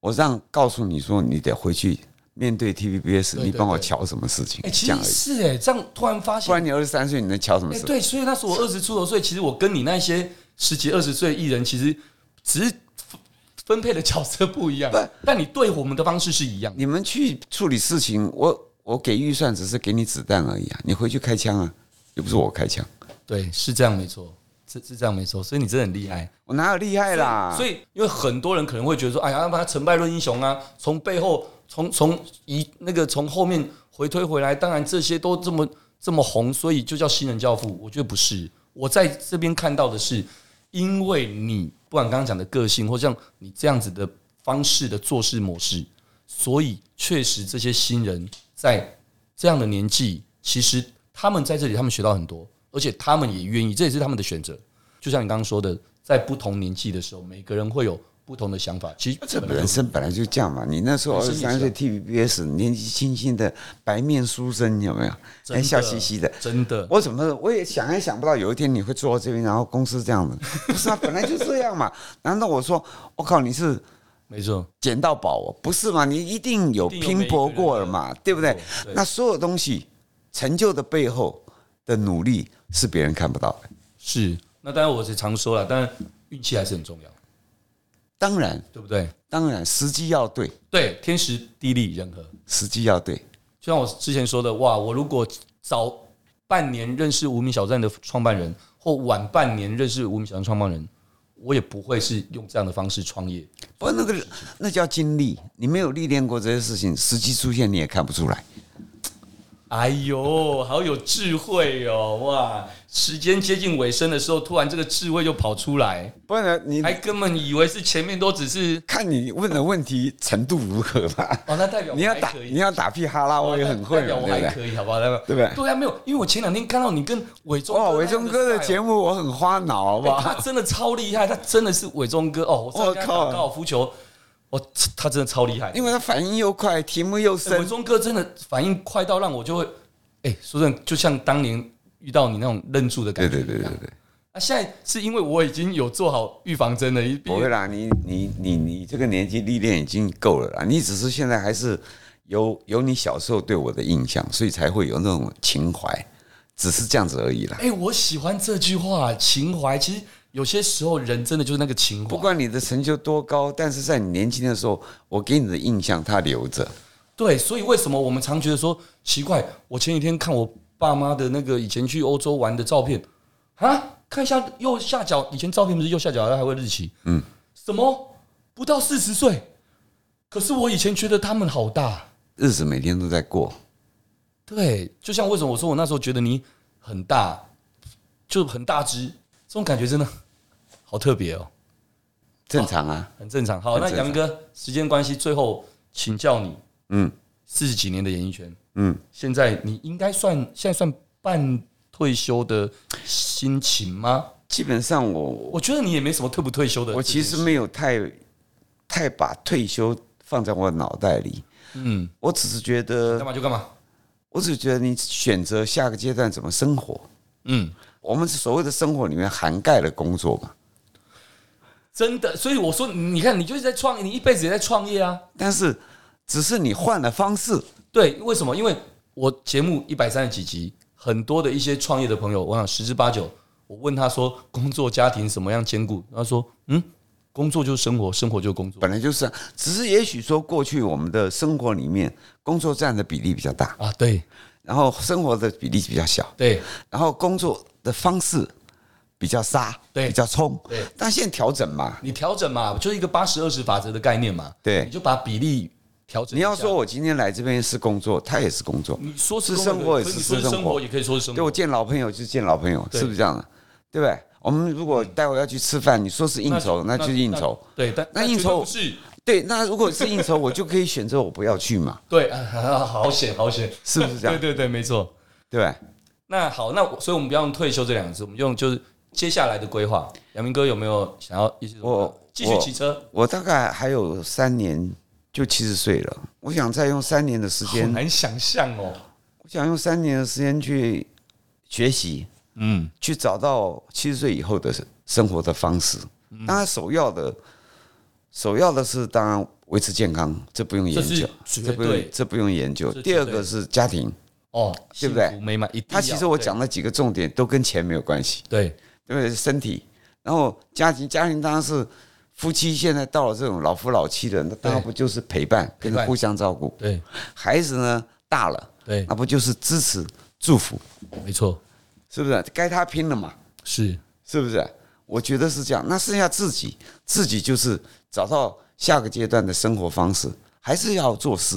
我让告诉你说，你得回去面对 TVBS，对你帮我对瞧什么事情哎、，其这样实而已。是哎、这样突然发不现，然你二十三岁，你能瞧什么哎、事？对，所以那时候我二十出头岁，其实我跟你那些十几二十岁艺人，其实只是分分配的角色不一样不，但你对我们的方式是一样的。你们去处理事情，我我给预算只是给你子弹而已啊，你回去开枪啊，又不是我开枪，对，是这样没错，是是这样没错，所以你真的很厉害。我哪有厉害啦？所以以，因为很多人可能会觉得说，哎呀，把他成败论英雄啊，从背后，从从一那个从后面回推回来，当然这些都这么这么红，所以就叫新人教父。我觉得不是，我在这边看到的是，因为你不管刚刚讲的个性，或像你这样子的方式的做事模式，所以确实这些新人在这样的年纪，其实他们在这里他们学到很多，而且他们也愿意，这也是他们的选择。就像你刚刚说的，在不同年纪的时候，每个人会有不同的想法。其实这本来人生本来就这样嘛，你那时候二人十生也是啊三岁 TVBS 年纪轻轻的白面书生有没有？真的还笑嘻嘻的。真的，我怎么我也想也想不到有一天你会坐到这边，然后公司这样子， 不是啊，本来就这样嘛。难道我说我靠你是没错，捡到宝哦？不是嘛？你一定有一定有拼搏过了嘛，对不对？对那所有东西成就的背后的努力是别人看不到的。是。那当然，我也常说了，当然运气还是很重要，当然，对不对？当然时机要对，对，天时地利人和。时机要对。就像我之前说的，哇，我如果早半年认识无名小站的创办人，或晚半年认识无名小站创办人，我也不会是用这样的方式创业。不过那个那叫经历，你没有历练过这些事情，时机出现你也看不出来。哎呦，好有智慧哦！哇，时间接近尾声的时候，突然这个智慧就跑出来，不然你还根本以为是前面都只是看你问的问题程度如何吧。哦，那代表我你要还打可以哦你要打屁哈拉，我也很会代嘛，对表不我还对？可以，好不好？代表对不对对啊，没有，因为我前两天看到你跟伟忠哇，哥伟忠哥的节目我很花脑，好不哇，好？哎他真的超厉害，他真的是伟忠哥哦！我上次跟他我靠打高尔夫球，我他真的超厉害，因为他反应又快，题目又欸伟深，忠哥真的反应快到让我就会，哎、说真的，就像当年遇到你那种愣住的感对觉一对样。对对对，那、现在是因为我已经有做好预防针了，一不会啦，你你你你这个年纪历练已经够了啦，你只是现在还是有有你小时候对我的印象，所以才会有那种情怀，只是这样子而已啦哎、。我喜欢这句话，情怀。其实有些时候人真的就是那个情不怀。管你的成就多高，但是在你年轻的时候，我给你的印象他留着。对，所以为什么我们常觉得说奇怪？我前几天看我爸妈的那个以前去欧洲玩的照片，啊，看一下右下角，以前照片不是右下角还会日期？嗯，什么不到四十岁？可是我以前觉得他们好大。日子每天都在过，对，就像为什么我说我那时候觉得你很大，就很大只，这种感觉真的好特别哦，正常啊。很正常。好，很那正常杨哥，时间关系，最后请教你，嗯四十几年的演艺圈，嗯，现在你应该算现在算半退休的心情吗？基本上我我觉得你也没什么退不退休的这我件事，其实没有太太把退休放在我脑袋里，嗯，我只是觉干得，嘛就干嘛，我只觉得你选择下个阶段怎么生活。嗯，我们所谓的生活里面涵盖了工作嘛，真的。所以我说，你看，你就是在创，你一辈子也在创业啊。但是只是你换了方式。对，为什么？因为我节目一百三十几集，很多的一些创业的朋友，我想十之八九，我问他说工作家庭怎么样兼顾，他说嗯，工作就是生活，生活就是工作本来就是、啊，只是也许说过去我们的生活里面，工作占的比例比较大，啊，对然后生活的比例比较小，对然后工作的方式比较杀，对比较冲对，但现在调整嘛。你调整嘛，就是一个八十二十法则的概念嘛，对你就把比例调整一下。你嗯要说我今天来这边是工作，它也是工作，你说是生活也可是你说生生活活，也可以说是生对我活。见老朋友就见老朋友，对嗯是不是这样的？对不对？我们如果待会要去吃饭，你说是应酬，那就是应酬。。对，但那但应绝对酬不是对，那如果是应酬，我就可以选择我不要去 嘛，对，啊好险好险，是不是这对样？对对，没错。对不对？那好，那我所以我们不要用退休这两个字，我们用就是接下来的规划，杨明哥有没有想要一些什么我继续骑车？我大概还有三年就七十岁了，我想再用三年的时好间，难想象哦。我想用三年的时间去学习，嗯，去找到七十岁以后的生活的方式。当然，首要的，首要的是当然维持健康，这不用这研是究，绝这不用对这不用研究这。绝第二对个是家庭，哦，对不对幸福美满一定要。它其实我对讲的几个重点都跟钱没有关系，对对不对？身体，然后家庭，家庭当然是夫妻现在到了这种老夫老妻的，那当然对不就是陪伴陪跟伴互相照顾？对孩子呢大了，对，那不就是支持祝福，没错，是不是？该他拼了嘛，是是不是？我觉得是这样。那剩下自己，自己就是找到下个阶段的生活方式，还是要做事，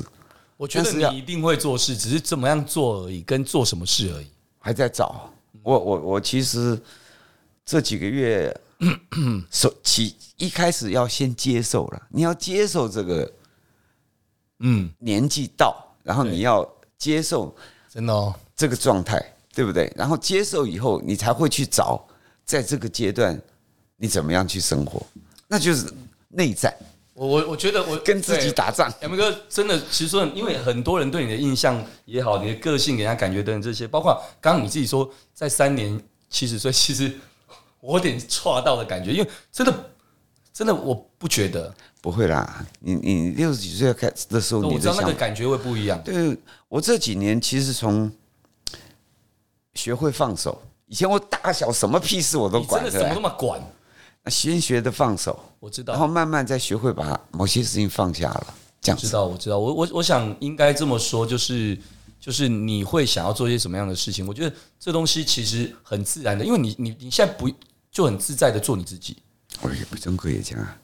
我觉但是要得你一定会做事，只是怎么样做而已，跟做什么事而已。还在找。我我我其实这几个月首起一开始要先接受了，你要接受这个嗯，年纪到，然后你要接受真的哦，这个状态，对不对？然后接受以后，你才会去找在这个阶段你怎么样去生活，那就是内战，我我我觉得我跟自己对打仗。杨明哥真的，其实说，因为很多人对你的印象也好，你的个性给人家感觉等等这些，包括刚刚你自己说，在三年七十岁，其实我有点岔到的感觉，因为真的真的我不觉得，不会啦，你你六十几岁开始的时候，我你知的道那想个法。感觉会不一样。对我这几年其实从学会放手，以前我大小什么屁事我都你真管的着什么来都，没管，先学的放手，我知然后道，慢慢再学会把某些事情放下了，这样知子。道，我知道，我我我想应该这么说，就是就是你会想要做一些什么样的事情？我觉得这东西其实很自然的，因为你你你现在不就很自在的做你自己，我哎伟忠哥也这样啊，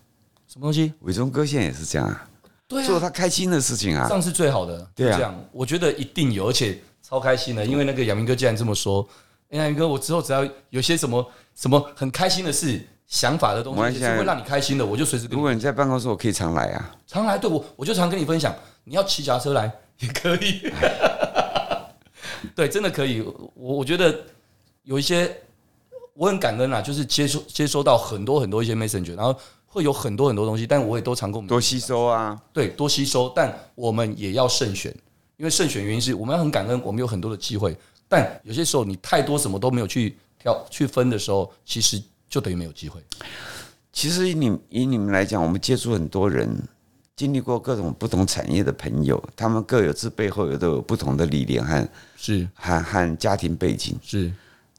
什么东西？伟忠哥现在也是这样啊，对做他开心的事情啊这。样是最好的。对啊就这样我觉得一定有，而且超开心的，因为那个杨明哥既然这么说，哎杨明哥，我之后只要有些什么什么很开心的事、想法的东没关西，系是会让你开心的，我就随时跟如你果你在办公室，我可以常来啊。常来。对我，我就常跟你分享，你要骑脚踏车来也可以。 对，真的可以。我我觉得有一些我很感恩啦，就是接收接收到很多很多一些 messenger，然后会有很多很多东西，但我也都常跟我们多吸收啊，对，多吸收，但我们也要慎选，因为慎选原因是我们要很感恩，我们有很多的机会，但有些时候你太多什么都没有去挑去分的时候，其实就等于没有机会。其实以你以你们来讲，我们接触很多人，经历过各种不同产业的朋友，他们各有自背后有都有不同的理念和是和和家庭背景。是，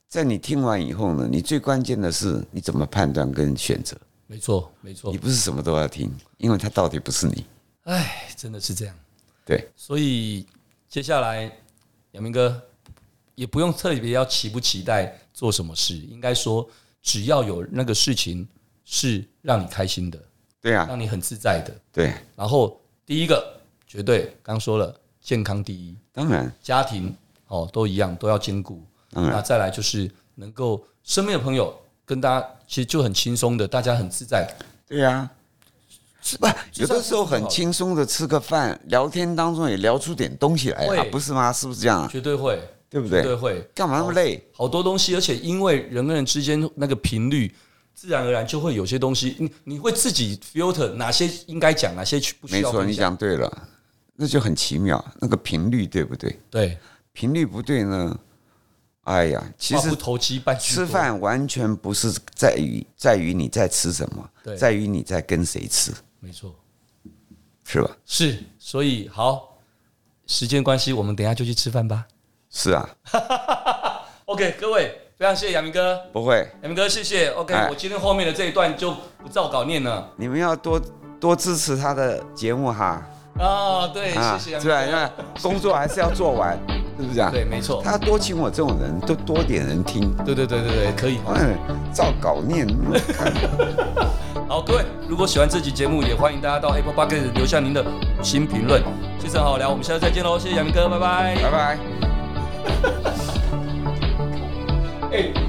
在你听完以后呢，你最关键的是你怎么判断跟选择，没错没错你，不是什么都要听，因为他到底不是你。哎，真的是这样。对，所以接下来杨明哥也不用特别要期不期待做什么事，应该说只要有那个事情是让你开心的，对啊，让你很自在的，对，然后第一个绝对刚说了，健康第一，当然，家庭哦都一样都要兼顾。当然那再来就是能够身边的朋友跟大家其实就很轻松的，大家很自在。对啊。是吧？有的时候很好轻松的吃个饭，聊天当中也聊出点东西来啊会，不是吗？是不是这样啊？绝对会，对不绝对对？会，干嘛那么累？好多东西，而且因为人跟人之间那个频率，自然而然就会有些东西，你你会自己 filter 哪些应该讲，哪些不需没要错，分你享。讲对了，那就很奇妙，那个频率对不对？对，频率不对呢，哎呀，其话实不投机半句吃多饭完全不是在于在于你在吃什么，对在于你在跟谁吃，没错。是吧？是，所以好，时间关系，我们等一下就去吃饭吧。是啊， OK，各位，非常谢谢杨明哥，不会，杨明哥谢谢。OK，、哎我今天后面的这一段就不照稿念了你们要多多支持他的节目哈，啊。对，啊，谢谢杨是明哥。吧？那工作还是要做完，是不是啊？对，没错。他多请我这种人，多多点人听，对对对对对，可以。嗯，照稿念，嗯好，各位，如果喜欢这期节目，也欢迎大家到 Apple Podcast 留下您的五星评论。谢谢好聊，我们下次再见喽，谢谢杨明哥，拜拜。拜拜。哎